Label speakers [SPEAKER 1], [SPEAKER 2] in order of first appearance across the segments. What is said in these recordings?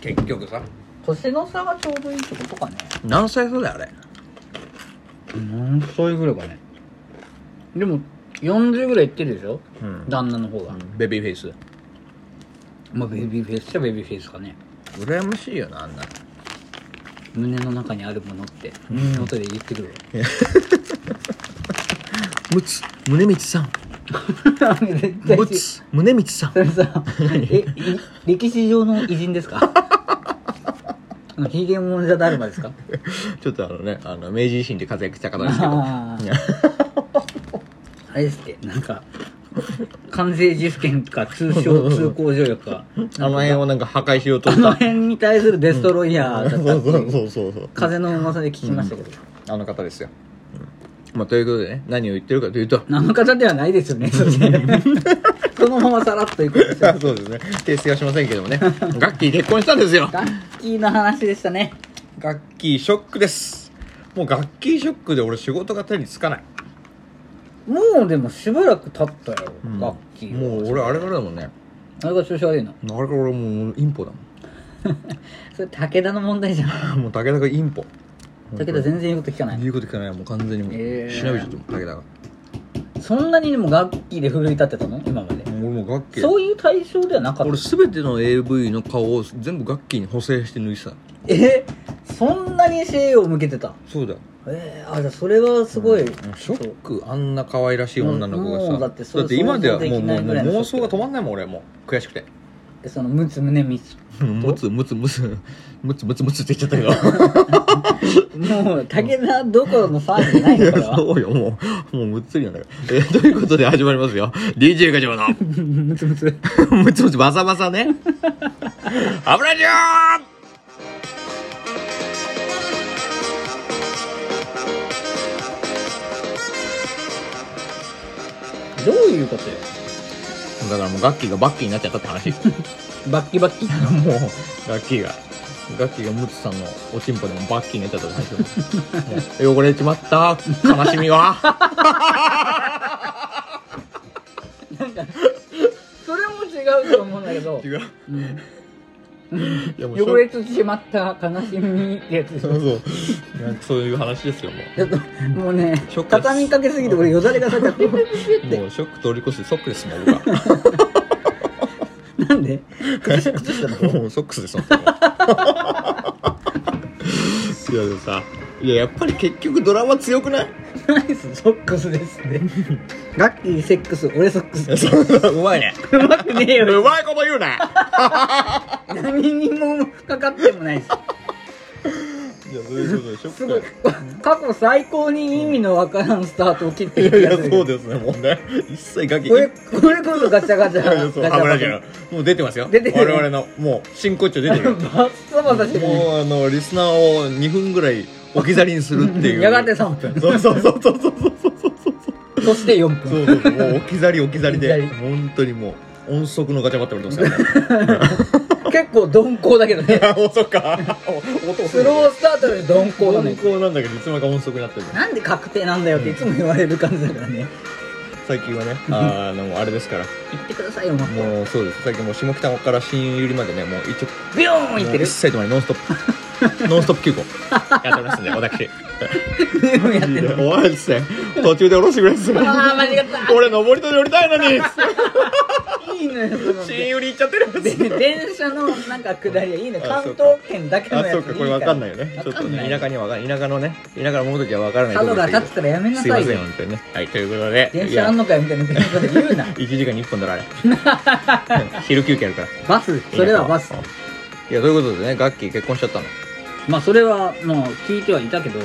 [SPEAKER 1] 結局さ
[SPEAKER 2] 年の差がちょうどいいってことかね
[SPEAKER 1] 何歳差だよあれ
[SPEAKER 2] 何歳ぐらいかねでも40ぐらいいってるでしょ、
[SPEAKER 1] うん
[SPEAKER 2] 旦那の方が、
[SPEAKER 1] ベビーフェイス
[SPEAKER 2] まあベビーフェイスじゃベビーフェイスかね
[SPEAKER 1] 羨ましいよなあんなの
[SPEAKER 2] 胸の中にあるものって胸の音で言ってくる
[SPEAKER 1] むつ宗光さん
[SPEAKER 2] わ 絶対
[SPEAKER 1] むつ 宗光さん
[SPEAKER 2] そ れさえい歴史上の偉人ですかあのヒゲモンじゃダルマです か
[SPEAKER 1] ちょっとあのねあの明治維新で活躍した方ですけ ど
[SPEAKER 2] あーあれですってなんか関西自府権か通商通行条約か
[SPEAKER 1] あの辺をなんか破壊しようと
[SPEAKER 2] あ
[SPEAKER 1] し
[SPEAKER 2] の
[SPEAKER 1] た
[SPEAKER 2] 辺に対するデストロイヤーだったって
[SPEAKER 1] そ
[SPEAKER 2] いうう
[SPEAKER 1] そうそうそう
[SPEAKER 2] 風の噂で聞きましたけど、
[SPEAKER 1] あの方ですよ、うんまあ、ということでね何を言ってるかという と
[SPEAKER 2] あの方ではないですよねそしてそのままさらっといくんですよ
[SPEAKER 1] そうですね訂正はしませんけどもね ガッキー結婚したんですよ
[SPEAKER 2] ガッキーの話でしたね
[SPEAKER 1] ガッキーショックですもうガッキーショックで俺仕事が手につかない
[SPEAKER 2] もうでもしばらく経ったよ、ガッキー
[SPEAKER 1] もう俺あれからだもんね
[SPEAKER 2] あれが調子悪いの
[SPEAKER 1] あれから俺もうインポだも
[SPEAKER 2] それ武田の問題じゃん
[SPEAKER 1] ん もう武田がインポ
[SPEAKER 2] 武田全然言うこと聞かない
[SPEAKER 1] 言うこと聞かないもう完全にもう
[SPEAKER 2] えー
[SPEAKER 1] しなびちゃったもん武田がも
[SPEAKER 2] そんなにでもガッキーで奮い立ってたの今まで
[SPEAKER 1] う俺もうガッキー
[SPEAKER 2] そういう対象ではなかっ
[SPEAKER 1] 俺
[SPEAKER 2] た
[SPEAKER 1] 全ての AV の顔を全部ガッキーに補正して抜いてた
[SPEAKER 2] えそんなに精を向けてた
[SPEAKER 1] そうだよ
[SPEAKER 2] えー、あじゃあそれはすご
[SPEAKER 1] シ
[SPEAKER 2] い、
[SPEAKER 1] ョックあんな可愛らしい女の子がさ、
[SPEAKER 2] もうだってそう
[SPEAKER 1] 今ではもう
[SPEAKER 2] 想像でき
[SPEAKER 1] も
[SPEAKER 2] な
[SPEAKER 1] う
[SPEAKER 2] い
[SPEAKER 1] も
[SPEAKER 2] ぐ
[SPEAKER 1] う
[SPEAKER 2] らいの
[SPEAKER 1] 妄想が止まんないもん俺もう悔しくて
[SPEAKER 2] えそのムツ胸み
[SPEAKER 1] むつむつむつむつむつむつって言っちゃった けど
[SPEAKER 2] もう武田どころの騒ぎじゃな いのこれは
[SPEAKER 1] そうよもうもうむっつりなんだよ、えーということで始まりますよ DJ ガチャマ
[SPEAKER 2] ムツムツ
[SPEAKER 1] の むつむつバサバサ ね危ないよ
[SPEAKER 2] どういうことよ
[SPEAKER 1] ーだからもうガッキーがバッキーになっちゃったって 話も
[SPEAKER 2] バッキバッキ
[SPEAKER 1] うガッキーがガッキーがムツさんのおちんぽでもバッキーになっちゃったって話もう汚れちまった悲しみは
[SPEAKER 2] それも違うと思うんだけど
[SPEAKER 1] 違う
[SPEAKER 2] うん
[SPEAKER 1] いやもうショッ
[SPEAKER 2] 汚れてしまった悲しみってやつでしょ
[SPEAKER 1] そうそうそういう話ですよも
[SPEAKER 2] ちょっともうね
[SPEAKER 1] ショックです
[SPEAKER 2] 畳みかけすぎて俺よだれがさちゃってピュピュピ ュピュ
[SPEAKER 1] う
[SPEAKER 2] って
[SPEAKER 1] もうショック通り越してソックですもん僕は
[SPEAKER 2] なんで靴靴下の方
[SPEAKER 1] もうソックスですもんいやでもさいややっぱり結局ドラマ強くない
[SPEAKER 2] ナイスソックスですねガッキーセックス俺ソック ス
[SPEAKER 1] そう そううまいね
[SPEAKER 2] うまくねえよ
[SPEAKER 1] うまいこと言うね
[SPEAKER 2] 何にもかかってもないし
[SPEAKER 1] いやそういうことでショ
[SPEAKER 2] すごい
[SPEAKER 1] ッ
[SPEAKER 2] 過去最高に意味のわからんスタートを切ってい
[SPEAKER 1] ク
[SPEAKER 2] く
[SPEAKER 1] い
[SPEAKER 2] や
[SPEAKER 1] や
[SPEAKER 2] つ
[SPEAKER 1] そうですねもうね一切ガキ
[SPEAKER 2] これこれこそガチャガチャ
[SPEAKER 1] いやいや そう
[SPEAKER 2] ガチャ
[SPEAKER 1] 油
[SPEAKER 2] ガ
[SPEAKER 1] じ
[SPEAKER 2] チ
[SPEAKER 1] ゃ
[SPEAKER 2] ャ
[SPEAKER 1] んもう出てますよ
[SPEAKER 2] 出てる
[SPEAKER 1] 我々のもう真骨頂出てるよ
[SPEAKER 2] バッサバサしてる
[SPEAKER 1] もうあのリスナーを2分ぐらい置き去りにするっていう
[SPEAKER 2] やがて3分
[SPEAKER 1] そうそうそうそうそうそうそうそう
[SPEAKER 2] そして4分
[SPEAKER 1] そうそうもう置き去り置き去りで
[SPEAKER 2] 置き去
[SPEAKER 1] 本当にもう音速のガチャバって言われてますからね
[SPEAKER 2] 結構鈍行だけどね
[SPEAKER 1] あ音かお音
[SPEAKER 2] スロースタートで鈍行なのよ
[SPEAKER 1] 音高なんだけどいつの間にか音速になってる
[SPEAKER 2] なんで確定なんだよっていつも言われる感じだからね
[SPEAKER 1] 最近はねあーあのあれですから
[SPEAKER 2] 言ってくださいよもう
[SPEAKER 1] もうそうです最近もう下北から新百合までねもう一応
[SPEAKER 2] ビヨーンいって
[SPEAKER 1] もう
[SPEAKER 2] る
[SPEAKER 1] 一切止まりノンストッ プノンストップ休校やっておりますんで私
[SPEAKER 2] ビヨーンやってる
[SPEAKER 1] おいっすね途中で降ろしてくれっすね
[SPEAKER 2] ああ間違っ た
[SPEAKER 1] 俺登り戸で降りたいのに
[SPEAKER 2] いいの よその
[SPEAKER 1] 新売り行っちゃってる
[SPEAKER 2] で電車のなんか下りはいいの
[SPEAKER 1] あ
[SPEAKER 2] 関
[SPEAKER 1] そうか
[SPEAKER 2] 東圏だけの
[SPEAKER 1] あ
[SPEAKER 2] やつ
[SPEAKER 1] そうかこれ分かんない
[SPEAKER 2] い
[SPEAKER 1] よねちょ
[SPEAKER 2] わ
[SPEAKER 1] っと
[SPEAKER 2] かんない
[SPEAKER 1] ね田舎には分かん田舎のね田舎の物時は分からないとこ
[SPEAKER 2] 角
[SPEAKER 1] ろ
[SPEAKER 2] が
[SPEAKER 1] です
[SPEAKER 2] 立
[SPEAKER 1] けど
[SPEAKER 2] ってたらやめな
[SPEAKER 1] すい
[SPEAKER 2] さ
[SPEAKER 1] ま
[SPEAKER 2] い
[SPEAKER 1] せ
[SPEAKER 2] よ
[SPEAKER 1] ん本当にねはいということで
[SPEAKER 2] 電
[SPEAKER 1] い
[SPEAKER 2] 車あ
[SPEAKER 1] や
[SPEAKER 2] んのかよみたいな電車で言うな
[SPEAKER 1] 1時間に1本だろあれ 昼休憩あるから
[SPEAKER 2] バスそれはバス
[SPEAKER 1] いやということでねガッキー結婚しちゃったの
[SPEAKER 2] まあそれはもう聞いてはいたけど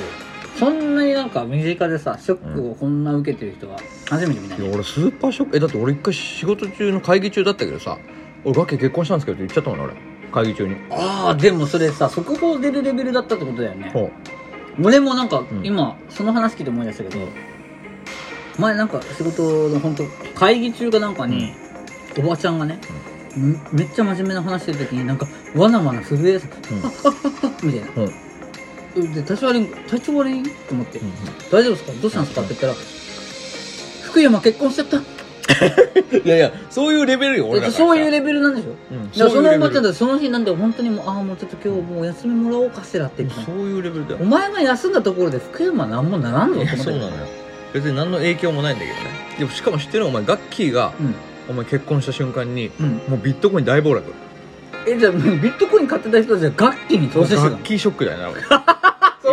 [SPEAKER 2] そんなになんか身近でさショックをこんな受けてる人は初めて見ない
[SPEAKER 1] いや俺スーパーショックえだって俺一回仕事中の会議中だったけどさ俺ガッキー結婚したんですけどって言っちゃったもんね俺会議中に
[SPEAKER 2] ああでもそれさ速報出るレベルだったってことだよね
[SPEAKER 1] ほ
[SPEAKER 2] 俺もなんか
[SPEAKER 1] ん
[SPEAKER 2] 今、その話聞いて思い出したけど、前なんか仕事の本当会議中かなんかに、おばちゃんがね、めめっちゃ真面目な話してる時になんかわなわな震え
[SPEAKER 1] ん
[SPEAKER 2] さ、ああああみたいな
[SPEAKER 1] うほう
[SPEAKER 2] で体調悪い体調悪いと思って、大丈夫ですかどうしたんですかって言ったら福山結婚しちゃった
[SPEAKER 1] いやいやそういうレベルよ俺らからした
[SPEAKER 2] そ
[SPEAKER 1] ら
[SPEAKER 2] ういうレベルなんでしょ
[SPEAKER 1] うん
[SPEAKER 2] だからそ
[SPEAKER 1] そういうレベ
[SPEAKER 2] の
[SPEAKER 1] ル
[SPEAKER 2] おばちゃんだってその日なんで本当にもうああもうちょっと今日もうお休みもらおうかしらって言ってた
[SPEAKER 1] そういうレベルだよ
[SPEAKER 2] お前が休んだところで福山なんもならんぞ
[SPEAKER 1] いやそうなのよ別に何の影響もないんだけどねでもしかも知ってるお前ガッキーが
[SPEAKER 2] うん
[SPEAKER 1] お前結婚した瞬間に
[SPEAKER 2] うん
[SPEAKER 1] もうビットコイン大暴落
[SPEAKER 2] えじゃあもうビットコイン買ってた人たちは楽器に投資してた
[SPEAKER 1] ガ
[SPEAKER 2] の
[SPEAKER 1] ッキーショックだ よな俺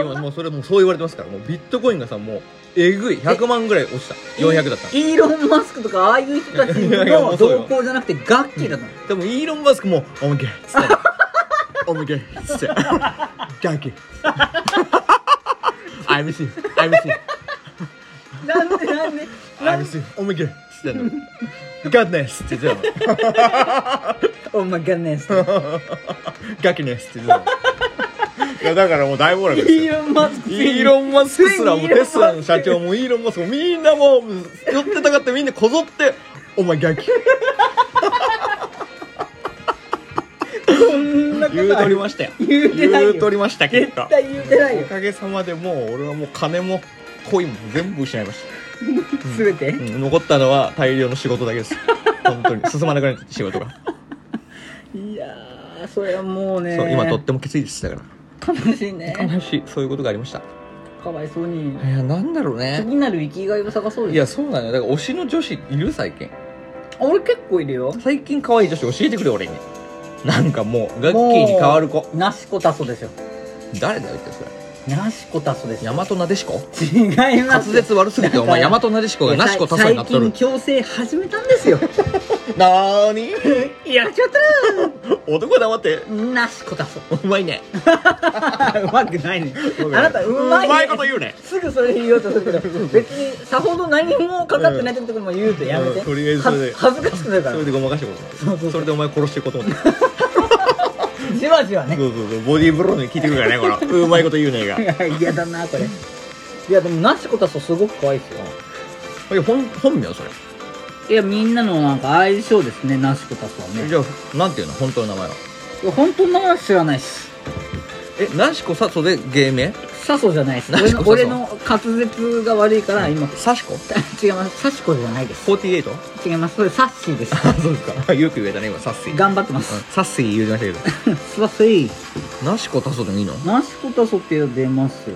[SPEAKER 1] 今もうそれもうそう言われてますからもうビットコインがさもうえぐい100万ぐらい落ちた400だったの
[SPEAKER 2] イーロン・マスクとかああいう人たち
[SPEAKER 1] いやいやも
[SPEAKER 2] の
[SPEAKER 1] うそうよ
[SPEAKER 2] 動向じゃなくてガッキーだったの
[SPEAKER 1] でもイーロン・マスクも「おむけ」っつって「おむけ」っつって「 ガッキー」「アイムシー」「アイムシー」
[SPEAKER 2] なんでなんで
[SPEAKER 1] 「アイムシー」「おむけ」っつってんの「ガッネス」って言ってたの
[SPEAKER 2] お前がねス
[SPEAKER 1] 「ガキネス」って言ってたのいやだからもう大暴落
[SPEAKER 2] イ
[SPEAKER 1] ですよ
[SPEAKER 2] ーロン・マスク
[SPEAKER 1] イーロン・マスクすら
[SPEAKER 2] つい
[SPEAKER 1] も
[SPEAKER 2] にイーロン
[SPEAKER 1] テ
[SPEAKER 2] マスク
[SPEAKER 1] スラの社長もイーロン・マスクもみんなもう寄ってたかってみんなこぞって「お前ガキ」
[SPEAKER 2] こんなこ
[SPEAKER 1] 言う
[SPEAKER 2] とあ
[SPEAKER 1] とり
[SPEAKER 2] る
[SPEAKER 1] ましたよ
[SPEAKER 2] 言うてないよ
[SPEAKER 1] 言うとりましたけ
[SPEAKER 2] 絶
[SPEAKER 1] ど
[SPEAKER 2] 対言うてない
[SPEAKER 1] お
[SPEAKER 2] よ
[SPEAKER 1] かげさまでもう俺はもう金も恋も全部失いました
[SPEAKER 2] 全て
[SPEAKER 1] うん残ったのは大量の仕事だけ です本当に進まなくなっちゃって仕事が、
[SPEAKER 2] いやーそれはもうね
[SPEAKER 1] そう今とってもきついですだか
[SPEAKER 2] 悲しい
[SPEAKER 1] ら
[SPEAKER 2] ね
[SPEAKER 1] 悲しいそういうことがありました
[SPEAKER 2] かわいそうに
[SPEAKER 1] いやなんだろうね
[SPEAKER 2] 次なる生きがいを探そうよ
[SPEAKER 1] いやそうなのよだから推しの女子いる最近
[SPEAKER 2] 俺結構いるよ
[SPEAKER 1] 最近可愛い女子教えてくれ俺になんかもうガッキーに変わる子
[SPEAKER 2] なしこたそですよ
[SPEAKER 1] 誰だよってそれ
[SPEAKER 2] なしこたそですよ
[SPEAKER 1] 大和なでしこ
[SPEAKER 2] 違いま
[SPEAKER 1] 滑
[SPEAKER 2] す
[SPEAKER 1] 舌悪すぎてお前
[SPEAKER 2] だ
[SPEAKER 1] 大
[SPEAKER 2] から
[SPEAKER 1] 和なでしこがなしこたそになっとる
[SPEAKER 2] 最近強制始めたん ですよ
[SPEAKER 1] なーに
[SPEAKER 2] やっちゃっ
[SPEAKER 1] 男黙って
[SPEAKER 2] たなしこたそ
[SPEAKER 1] うまいね
[SPEAKER 2] うまくないねあなたうまい,、ね、
[SPEAKER 1] うまいこと言うね
[SPEAKER 2] すぐそれ言おうとするけど別にさほど何もかかってないってことも言うとやめて、
[SPEAKER 1] うんとりあえずそれで
[SPEAKER 2] は恥ずかしくなるか
[SPEAKER 1] それ
[SPEAKER 2] ら
[SPEAKER 1] でごまかしてこうと
[SPEAKER 2] そ
[SPEAKER 1] 思
[SPEAKER 2] う
[SPEAKER 1] っ
[SPEAKER 2] そうそう
[SPEAKER 1] てそれでお前殺していこうと思って
[SPEAKER 2] じわじわね
[SPEAKER 1] そうそうそう、ボディーブローに効いてくるからね、これ。うまいこと言うねえが。い
[SPEAKER 2] 嫌だなこれいやでもなしこたそすごく可愛いですよ
[SPEAKER 1] や、本、本名それ。
[SPEAKER 2] いやみんなのなんか相性ですねなしこたそはね
[SPEAKER 1] じゃあ、なんていうの本当の名前は。
[SPEAKER 2] いや本当の名前は知らないです
[SPEAKER 1] え、なしこさそで芸名
[SPEAKER 2] さそじゃないです
[SPEAKER 1] な
[SPEAKER 2] 俺
[SPEAKER 1] しこさ
[SPEAKER 2] の
[SPEAKER 1] そ
[SPEAKER 2] 俺の滑舌が悪いから今
[SPEAKER 1] さしこ
[SPEAKER 2] 違います。サシコじゃないです。
[SPEAKER 1] ?48?
[SPEAKER 2] 違います。それサッシーです。
[SPEAKER 1] あ、そうですか。よく言えたね、今、サッシー。
[SPEAKER 2] 頑張ってま
[SPEAKER 1] うん
[SPEAKER 2] す。
[SPEAKER 1] サッシー言うてましたけ
[SPEAKER 2] サッシー。
[SPEAKER 1] ど。なしこたそでもいいの
[SPEAKER 2] ナシコタソっていうの出ますよ。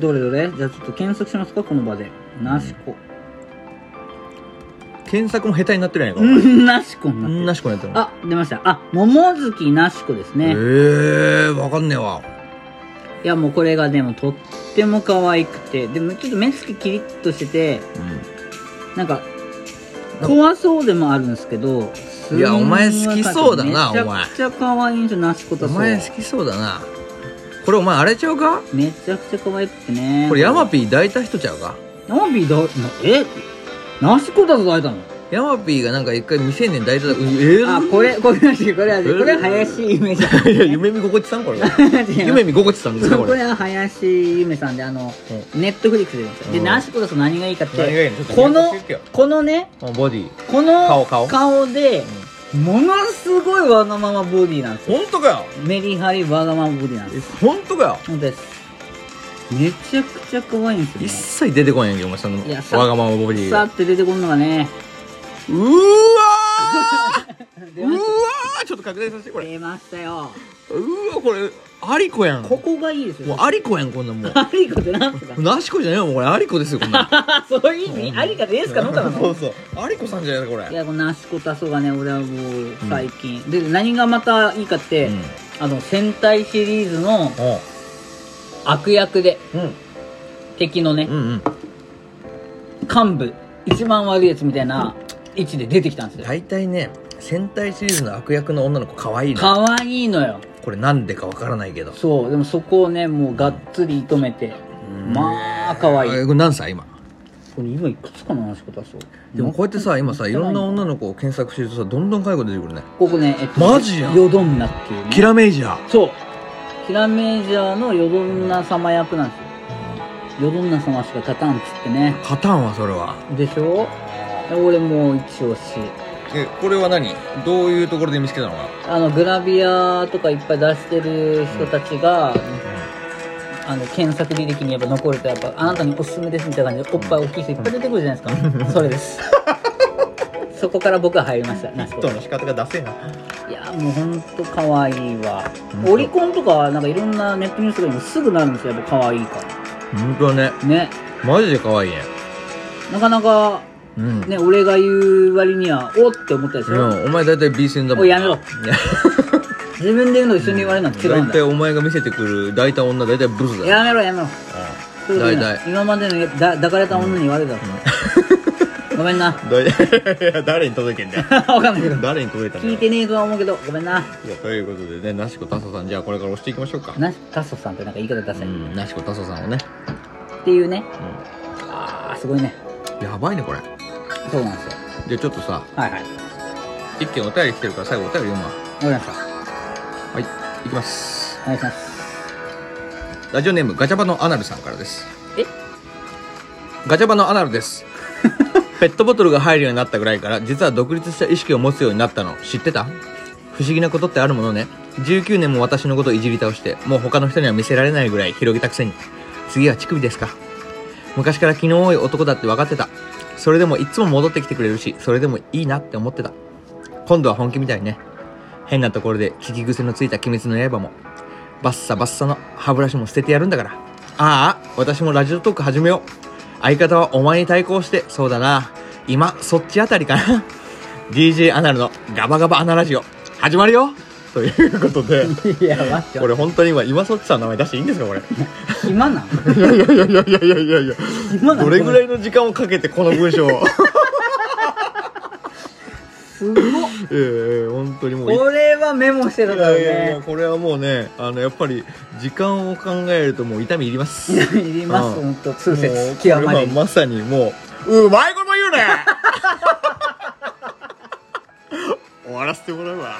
[SPEAKER 2] どれどれじゃあちょっと検索しますかこの場で。ナシコ。
[SPEAKER 1] 検索も下手になってるやんか。
[SPEAKER 2] うん、 ナシコになってる。
[SPEAKER 1] なしこになってるの。
[SPEAKER 2] あ、出ました。あ、桃月ナシコです
[SPEAKER 1] え
[SPEAKER 2] ね。
[SPEAKER 1] ー、わかんねえわ。
[SPEAKER 2] いやもうこれがでもとっても可愛くて、でもちょっと目つきキリッとしてて、
[SPEAKER 1] うん
[SPEAKER 2] なんか、怖そうでもあるんですけど、
[SPEAKER 1] いやお前好きそうだな
[SPEAKER 2] めちゃくちゃ可愛いんですよ、ナシコタ
[SPEAKER 1] お
[SPEAKER 2] ソ。
[SPEAKER 1] 前好きそうだな。これお前荒れちゃうか
[SPEAKER 2] めちゃくちゃ可愛くてね。
[SPEAKER 1] これヤマピー抱いた人ちゃうか
[SPEAKER 2] ヤマピーだ、なえナシコだぞ、だいたの。
[SPEAKER 1] ヤマピーがなんか一回未成年抱いた、うえー
[SPEAKER 2] あ、これ、これはしい、これはしい、これは林夢さん。
[SPEAKER 1] いや、夢見心地さんこれ。
[SPEAKER 2] 違
[SPEAKER 1] 夢
[SPEAKER 2] う
[SPEAKER 1] 見心地さんですかこ
[SPEAKER 2] こ
[SPEAKER 1] れ。
[SPEAKER 2] れは林夢さんで、あの、ネットフリックスで見ました。で、
[SPEAKER 1] うん
[SPEAKER 2] ナシコだと何がいいかっ
[SPEAKER 1] 何がいい
[SPEAKER 2] て
[SPEAKER 1] のちょっ、と
[SPEAKER 2] この
[SPEAKER 1] 検索してよ、
[SPEAKER 2] このね、
[SPEAKER 1] ボディ。
[SPEAKER 2] この
[SPEAKER 1] 顔顔
[SPEAKER 2] で、ものすごいわがままボディなんですよ。
[SPEAKER 1] 本当かよ
[SPEAKER 2] メリハリわがままボディなんです。
[SPEAKER 1] 本当かよ
[SPEAKER 2] 本当です。めちゃくちゃ可愛いんで
[SPEAKER 1] 一
[SPEAKER 2] す
[SPEAKER 1] 切出てこないんやけど、お前その
[SPEAKER 2] いや、さ
[SPEAKER 1] わがままボデ
[SPEAKER 2] よね。
[SPEAKER 1] ィ
[SPEAKER 2] さー
[SPEAKER 1] が。
[SPEAKER 2] って出てこんのがね、
[SPEAKER 1] うーわーう
[SPEAKER 2] 出
[SPEAKER 1] ー
[SPEAKER 2] ま
[SPEAKER 1] わ
[SPEAKER 2] し
[SPEAKER 1] ーちょっと拡大させて、こ
[SPEAKER 2] た
[SPEAKER 1] れ。
[SPEAKER 2] 出ましたよ。
[SPEAKER 1] うーわ、これ、アリコやん。
[SPEAKER 2] こ
[SPEAKER 1] も
[SPEAKER 2] こがいいですよ
[SPEAKER 1] う。アリコやん、こんなんもう。
[SPEAKER 2] アリコってなん すか
[SPEAKER 1] なしこじゃないよ、もうこれアリコですよ、こんなん。
[SPEAKER 2] あ そういう意味アリかでエースかのかな
[SPEAKER 1] そ
[SPEAKER 2] の
[SPEAKER 1] うそう。アリコさんじゃないこれ。
[SPEAKER 2] いやこのナシコタソがね俺はもう最近、で何がまたいいかって、
[SPEAKER 1] うん
[SPEAKER 2] あの戦隊シリーズ
[SPEAKER 1] お
[SPEAKER 2] の
[SPEAKER 1] う
[SPEAKER 2] 悪役で
[SPEAKER 1] うん。
[SPEAKER 2] 敵のね
[SPEAKER 1] う、んうん。
[SPEAKER 2] 幹部一番悪いやつみたいな位置で出てきたんですよ
[SPEAKER 1] 大体ね、戦隊シリーズの悪役の女の子可愛いな。
[SPEAKER 2] 可愛いのよ
[SPEAKER 1] これなんでかわからないけど。
[SPEAKER 2] そうでもそこをねもうがっつり射止めてまあ可愛い
[SPEAKER 1] えーこれ何歳今
[SPEAKER 2] これ今いくつかなナシコタソ
[SPEAKER 1] でもこうやってさ今さいろんな
[SPEAKER 2] こ
[SPEAKER 1] 女の子を検索してるとさどんどん介護出てくるね
[SPEAKER 2] こねえっと
[SPEAKER 1] マジやん
[SPEAKER 2] ヨドンナっていうね
[SPEAKER 1] キラメイジャ
[SPEAKER 2] そう。キラメージャーのヨドンナ様役なんですよ。ヨドンナ様しか勝たんっつってね。
[SPEAKER 1] 勝たんわそれは
[SPEAKER 2] でしょ俺もう一押し。
[SPEAKER 1] えこれは何どういうところで見つけたのか
[SPEAKER 2] あの、グラビアとかいっぱい出してる人たちが、あの検索履歴にやっぱ残るとやっぱあなたにおすすめですみたいな感じでおっぱい大きい人いっぱい出てくるじゃないですか、それです そこから僕は入りましたナスコ
[SPEAKER 1] ットの仕方がダセえな。
[SPEAKER 2] いやもうほんと可愛いわ
[SPEAKER 1] うん
[SPEAKER 2] オリコンとかなんかいろんなネットニュースとかにもすぐなるんですよやっぱ可愛いか
[SPEAKER 1] ほんとね。
[SPEAKER 2] らね
[SPEAKER 1] マジで可愛いね。
[SPEAKER 2] なかなか
[SPEAKER 1] うん。
[SPEAKER 2] ね俺が言う割にはおって思ったでし
[SPEAKER 1] う
[SPEAKER 2] ょ、
[SPEAKER 1] ん、お前大体 B 線だもん。
[SPEAKER 2] おいやめろ
[SPEAKER 1] い
[SPEAKER 2] 自分で言うのと一緒に言われるのは違う
[SPEAKER 1] 大
[SPEAKER 2] んだ
[SPEAKER 1] 体
[SPEAKER 2] よ
[SPEAKER 1] お前が見せてくる大体女大体ブスだよ。
[SPEAKER 2] やめろやめろそういうこと
[SPEAKER 1] 大
[SPEAKER 2] 今までのだ抱かれた女に言われた、 ごめんな
[SPEAKER 1] 大体 いや誰に届けんだよ。
[SPEAKER 2] わかんないけど
[SPEAKER 1] 誰に届いたんだ
[SPEAKER 2] 聞い
[SPEAKER 1] よ。
[SPEAKER 2] てねえとは思うけどごめんない
[SPEAKER 1] やということでね、なしこたささん、じゃあこれから押していきましょうか。
[SPEAKER 2] なタッソさんってなんか言い方ダサ
[SPEAKER 1] う
[SPEAKER 2] い、
[SPEAKER 1] ん、なしこたささんをね。
[SPEAKER 2] っていうね
[SPEAKER 1] う
[SPEAKER 2] あーすごいね
[SPEAKER 1] ん。やばいね、これ。
[SPEAKER 2] そうなんですよ
[SPEAKER 1] じゃあちょっとさ、
[SPEAKER 2] はいはい
[SPEAKER 1] 一件お便り来てるから最後お便り読むわ。
[SPEAKER 2] わかりました
[SPEAKER 1] はい、いきます。
[SPEAKER 2] お願いします
[SPEAKER 1] ラジオネーム、ガチャバのアナルさんからです。
[SPEAKER 2] え
[SPEAKER 1] ガチャバのアナルです。 ペットボトルが入るようになったぐらいから、実は独立した意識を持つようになったの、知ってた不思議なことってあるものね。19年も私のことをいじり倒して、もう他の人には見せられないぐらい広げたくせに。次は乳首ですか。昔から気の多い男だって分かってた。それでもいつも戻ってきてくれるし、それでもいいなって思ってた。今度は本気みたいね。変なところで聞き癖のついた鬼滅の刃も、バッサバッサの歯ブラシも捨ててやるんだから。ああ、私もラジオトーク始めよう。相方はお前に対抗して、そうだな。今、そっちあたりかな。DJ アナルのガバガバアナラジオ、始まるよと いうことで、
[SPEAKER 2] いや待って
[SPEAKER 1] これ本当に今、今そっちさんの名前出していいんですかこれ。
[SPEAKER 2] 暇なの
[SPEAKER 1] いやいやいやいやいやいやいや。
[SPEAKER 2] 暇なの
[SPEAKER 1] どれぐらいの時間をかけてこの文 章を。
[SPEAKER 2] すごっ
[SPEAKER 1] ええ本当にもうい
[SPEAKER 2] これはメモしてた
[SPEAKER 1] い
[SPEAKER 2] だ
[SPEAKER 1] や
[SPEAKER 2] ろう
[SPEAKER 1] いやいや
[SPEAKER 2] ね
[SPEAKER 1] これはもうねあのやっぱり時間を考えるともう痛みいります
[SPEAKER 2] いやいりま
[SPEAKER 1] う
[SPEAKER 2] す
[SPEAKER 1] ん
[SPEAKER 2] ほんと通
[SPEAKER 1] もう
[SPEAKER 2] 説極ま
[SPEAKER 1] これは
[SPEAKER 2] りに
[SPEAKER 1] まさにもううまいこと言うね終わらせてもらうわ